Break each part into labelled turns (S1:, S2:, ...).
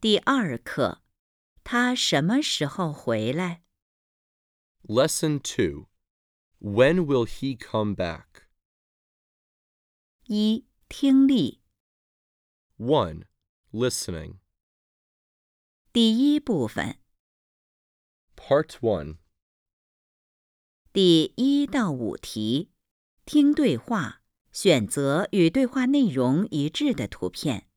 S1: 第二课，他什么时候回来？
S2: Lesson 2 When will he come back?
S1: 一、听力。
S2: 1. Listening.
S1: 第一部分
S2: Part 1.
S1: 第一到五题，听对话，选择与对话内容一致的图片。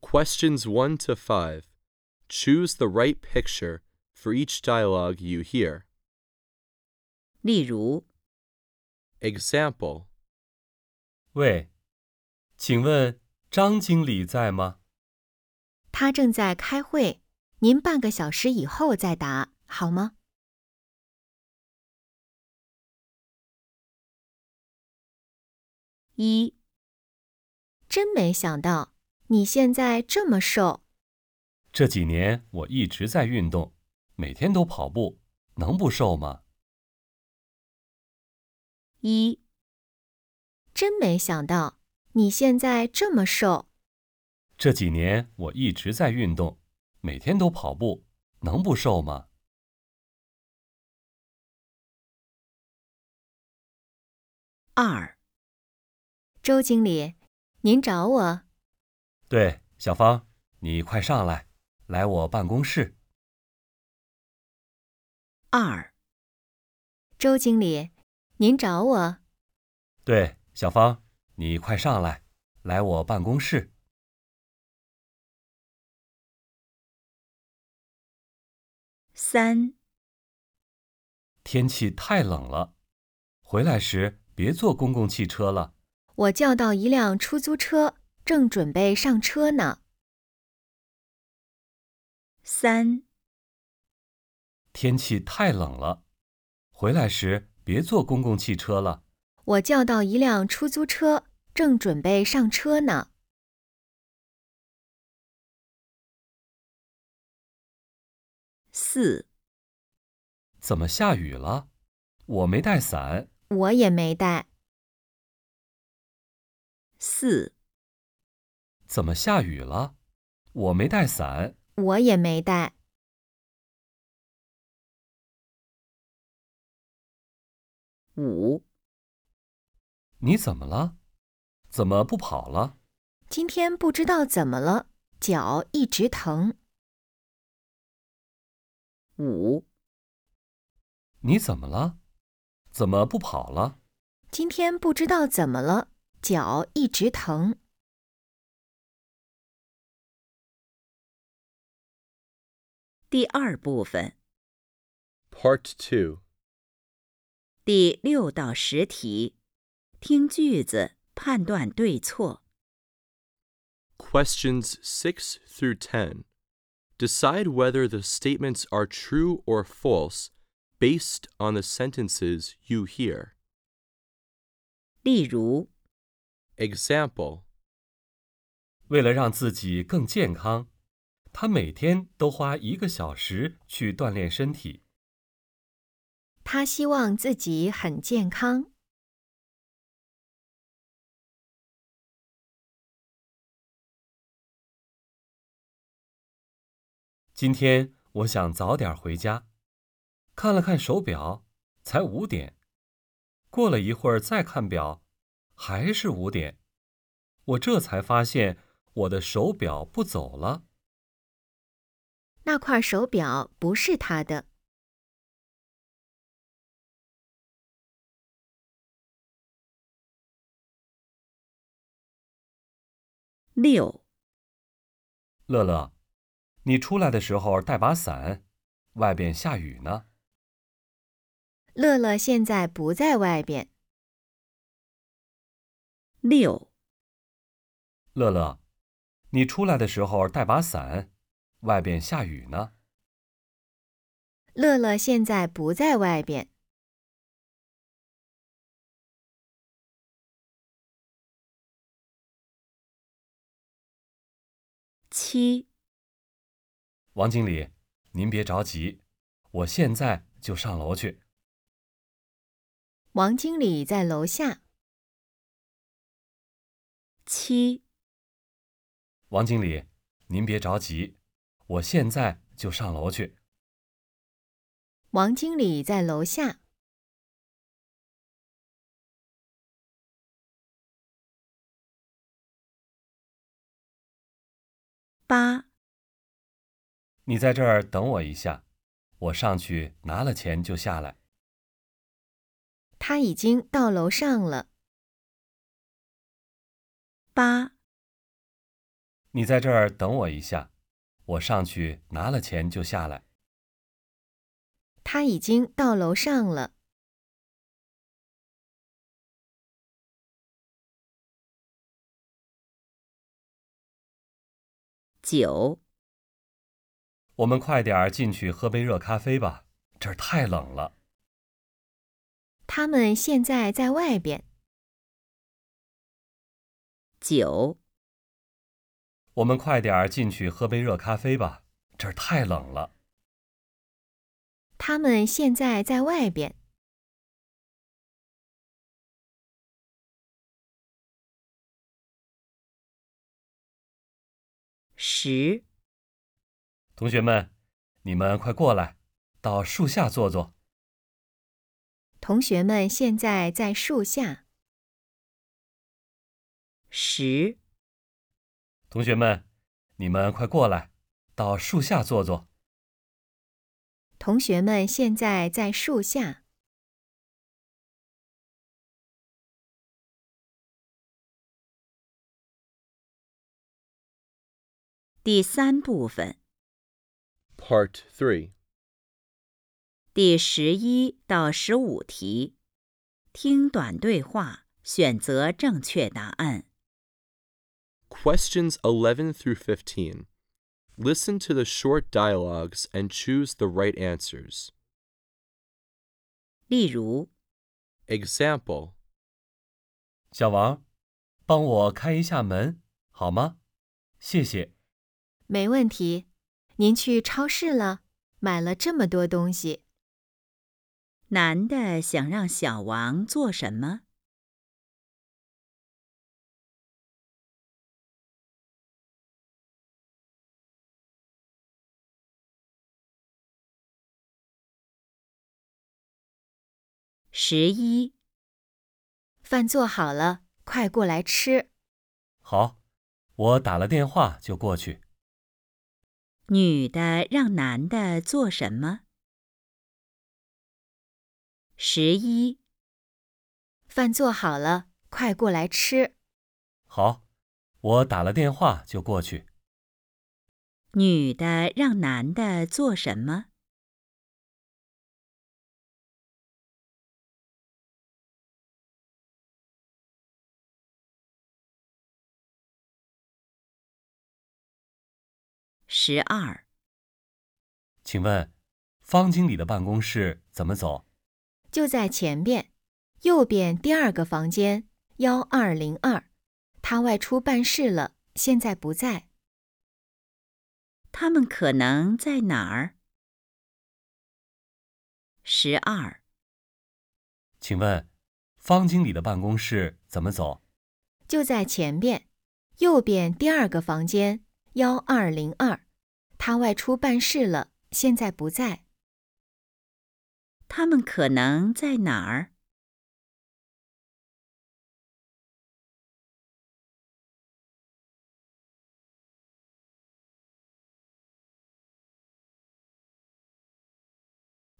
S2: Questions 1 to 5. Choose the right picture for each dialogue you hear.
S1: 例如，
S2: Example
S3: 喂，请问张经理在吗？
S4: 他正在开会，您半个小时以后再答好吗？
S1: 一、
S4: 真没想到你现在这么瘦，
S3: 这几年我一直在运动，每天都跑步，能不瘦吗？
S1: 一、
S4: 真没想到你现在这么瘦，
S3: 这几年我一直在运动，每天都跑步，能不瘦吗？
S1: 二、
S4: 周经理，您找我，
S3: 对，小芳，你快上来，来我办公室。
S1: 二、
S4: 周经理，您找我，
S3: 对，小芳，你快上来，来我办公室。
S1: 三、
S3: 天气太冷了，回来时别坐公共汽车了。
S4: 我叫到一辆出租车，正准备上车呢。
S1: 三、
S3: 天气太冷了，回来时别坐公共汽车了。
S4: 我叫到一辆出租车，正准备上车呢。
S1: 四、
S3: 怎么下雨了？我没带伞。
S4: 我也没带，
S1: 四、
S3: 怎么下雨了？我没带伞。
S4: 我也没带。
S1: 五、
S3: 你怎么了？怎么不跑了？
S4: 今天不知道怎么了，脚一直疼。
S1: 五、
S3: 你怎么了？怎么不跑了？
S4: 今天不知道怎么了，脚一直疼。
S1: 第二部分
S2: Part 2.
S1: 第六到十题，听句子判断对错。
S2: Questions 6 through 10. Decide whether the statements are true or false based on the sentences you hear.
S1: 例如，
S2: Example
S3: 为了让自己更健康，他每天都花一个小时去锻炼身体。
S4: 他希望自己很健康。
S3: 今天我想早点回家，看了看手表，才五点。过了一会儿再看表，还是五点。我这才发现我的手表不走了。
S4: 那块手表不是他的。
S1: 六、
S3: 乐乐，你出来的时候带把伞，外边下雨呢。
S4: 乐乐现在不在外边。
S1: 六、
S3: 乐乐，你出来的时候带把伞，外边下雨呢。
S4: 乐乐现在不在外边。
S1: 七、
S3: 王经理，您别着急，我现在就上楼去。
S4: 王经理在楼下。
S1: 七、
S3: 王经理，您别着急，我现在就上楼去。
S4: 王经理在楼下。
S1: 八
S3: 你在这儿等我一下，我上去拿了钱就下来。
S4: 他已经到楼上了。
S1: 八
S3: 你在这儿等我一下，我上去拿了钱就下来。
S4: 他已经到楼上了。
S1: 九
S3: 我们快点儿进去喝杯热咖啡吧，这儿太冷了。
S4: 他们现在在外边。
S1: 九
S3: 我们快点儿进去喝杯热咖啡吧，这儿太冷了。
S4: 他们现在在外边。
S1: 十
S3: 同学们，你们快过来，到树下坐坐。
S4: 同学们现在在树下。
S1: 十
S3: 同学们，你们快过来，到树下坐坐。
S4: 同学们现在在树下。
S1: 第三部分
S2: Part 3.
S1: 第十一到十五题，听短对话，选择正确答案。
S2: Questions 11 through 15. Listen to the short dialogues and choose the right answers.
S1: 例如，
S2: Example
S3: 小王，帮我开一下门好吗？谢谢。
S4: 没问题。您去超市了，买了这么多东西。
S1: 男的想让小王做什么？十一，
S4: 饭做好了，快过来吃。
S3: 好，我打了电话就过去。
S1: 女的让男的做什么？十一，
S4: 饭做好了，快过来吃。
S3: 好，我打了电话就过去。
S1: 女的让男的做什么？十二，
S3: 请问，方经理的办公室怎么走？
S4: 就在前边，右边第二个房间，幺二零二。他外出办事了，现在不在。
S1: 他们可能在哪儿？十二，
S3: 请问，方经理的办公室怎么走？
S4: 就在前边，右边第二个房间，幺二零二。他外出办事了，现在不在。
S1: 他们可能在哪儿？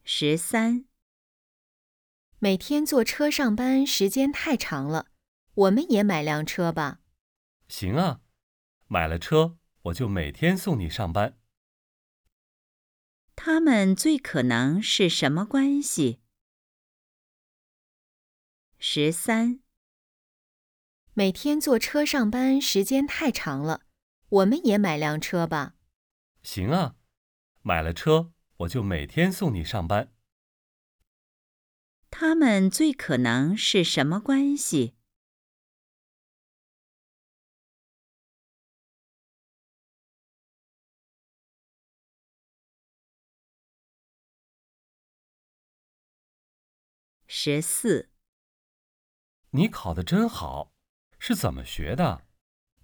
S1: 十三，
S4: 每天坐车上班时间太长了，我们也买辆车吧。
S3: 行啊，买了车我就每天送你上班。
S1: 他们最可能是什么关系？十三，
S4: 每天坐车上班时间太长了，我们也买辆车吧。
S3: 行啊，买了车我就每天送你上班。
S1: 他们最可能是什么关系？十四，
S3: 你考得真好，是怎么学的？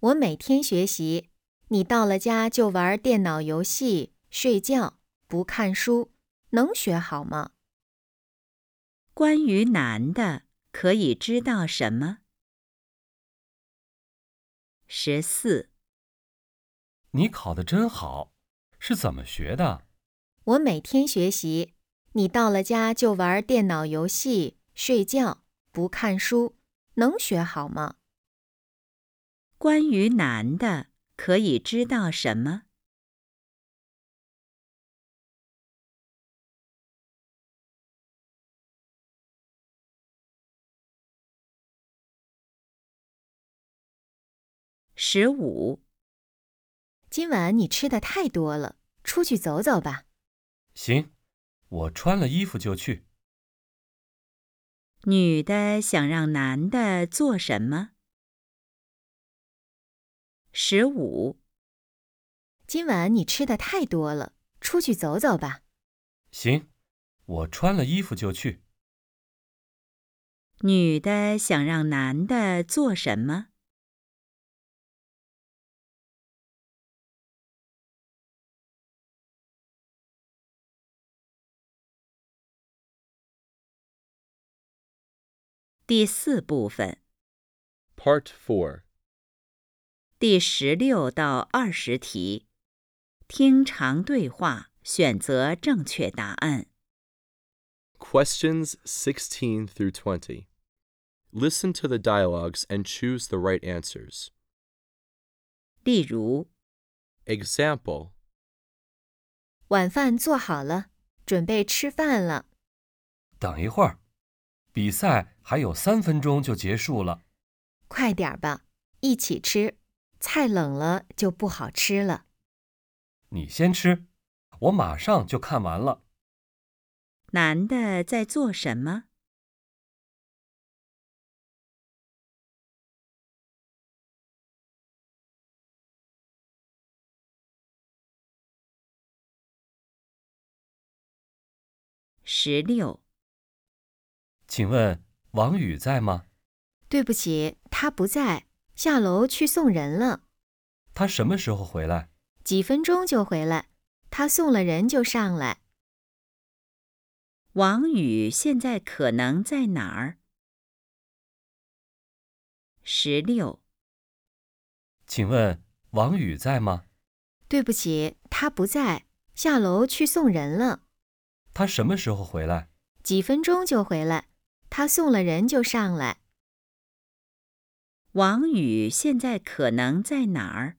S4: 我每天学习，你到了家就玩电脑游戏、睡觉，不看书，能学好吗？
S1: 关于男的，可以知道什么？十四，
S3: 你考得真好，是怎么学的？
S4: 我每天学习，你到了家就玩电脑游戏、睡觉，不看书，能学好吗？
S1: 关于男的，可以知道什么？十五，
S4: 今晚你吃的太多了，出去走走吧。
S3: 行，我穿了衣服就去。
S1: 女的想让男的做什么？十五，
S4: 今晚你吃的太多了，出去走走吧。
S3: 行，我穿了衣服就去。
S1: 女的想让男的做什么？第四部分
S2: Part 4.
S1: 第十六到二十题，听长对话，选择正确答案。
S2: Questions 16 through 20. Listen to the dialogues and choose the right answers.
S1: 例如，
S2: Example
S4: 晚饭做好了，准备吃饭了。
S3: 等一会儿，比赛还有三分钟就结束了。
S4: 快点儿吧，一起吃。菜冷了就不好吃了。
S3: 你先吃，我马上就看完了。
S1: 男的在做什么？十六，
S3: 请问王宇在吗？
S4: 对不起，他不在，下楼去送人了，
S3: 他什么时候回来？
S4: 几分钟就回来。他送了人就上来。
S1: 王宇现在可能在哪儿？十六，
S3: 请问王宇在吗？
S4: 对不起，他不在，下楼去送人了，
S3: 他什么时候回来？
S4: 几分钟就回来。他送了人就上来。
S1: 王宇现在可能在哪儿？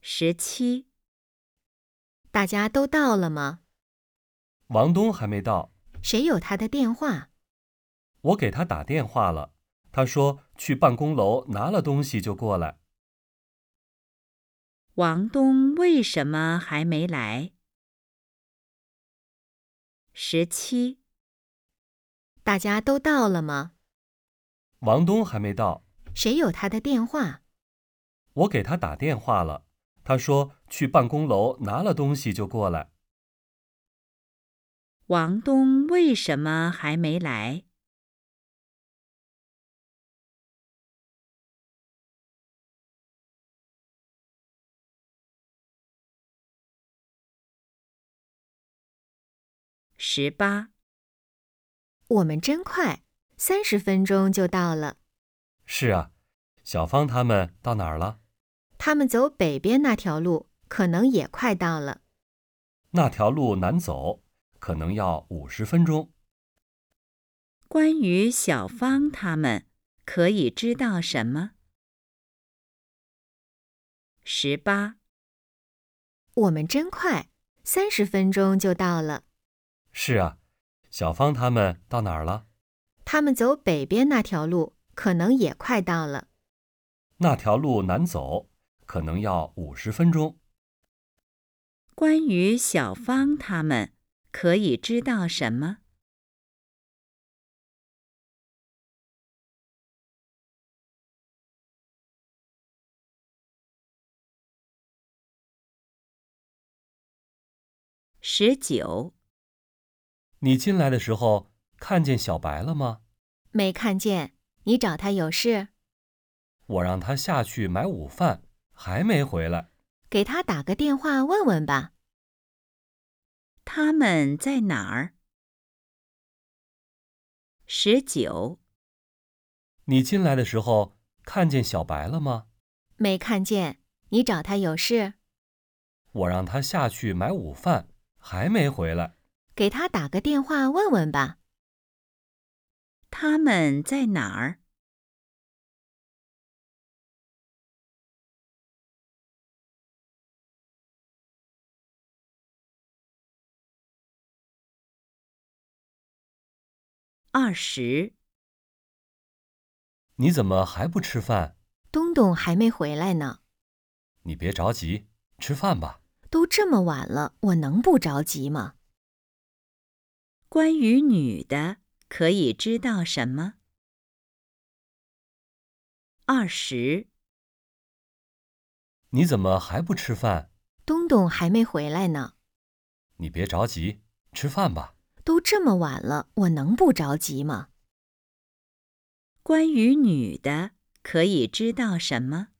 S1: 十七，
S4: 大家都到了吗？
S3: 王东还没到，
S4: 谁有他的电话？
S3: 我给他打电话了，他说去办公楼拿了东西就过来。
S1: 王东为什么还没来？十七，
S4: 大家都到了吗？
S3: 王东还没到，
S4: 谁有他的电话？
S3: 我给他打电话了，他说去办公楼拿了东西就过来。
S1: 王东为什么还没来？十八，
S4: 我们真快，三十分钟就到了。
S3: 是啊，小芳他们到哪儿了？
S4: 他们走北边那条路，可能也快到了。
S3: 那条路难走，可能要五十分钟。
S1: 关于小芳他们，可以知道什么？十八，
S4: 我们真快，三十分钟就到了。
S3: 是啊，小芳他们到哪儿了？
S4: 他们走北边那条路，可能也快到了。
S3: 那条路难走，可能要五十分钟。
S1: 关于小芳他们，可以知道什么？十九，
S3: 你进来的时候看见小白了吗？
S4: 没看见，你找他有事？
S3: 我让他下去买午饭，还没回来。
S4: 给他打个电话问问吧。
S1: 他们在哪儿？十九，
S3: 你进来的时候看见小白了吗？
S4: 没看见，你找他有事？
S3: 我让他下去买午饭，还没回来。
S4: 给他打个电话问问吧。
S1: 他们在哪儿？二十，
S3: 你怎么还不吃饭？
S4: 东东还没回来呢，
S3: 你别着急，吃饭吧。
S4: 都这么晚了，我能不着急吗？
S1: 关于女的可以知道什么？二十，
S3: 你怎么还不吃饭？
S4: 东东还没回来呢，
S3: 你别着急，吃饭吧。
S4: 都这么晚了，我能不着急吗？
S1: 关于女的可以知道什么？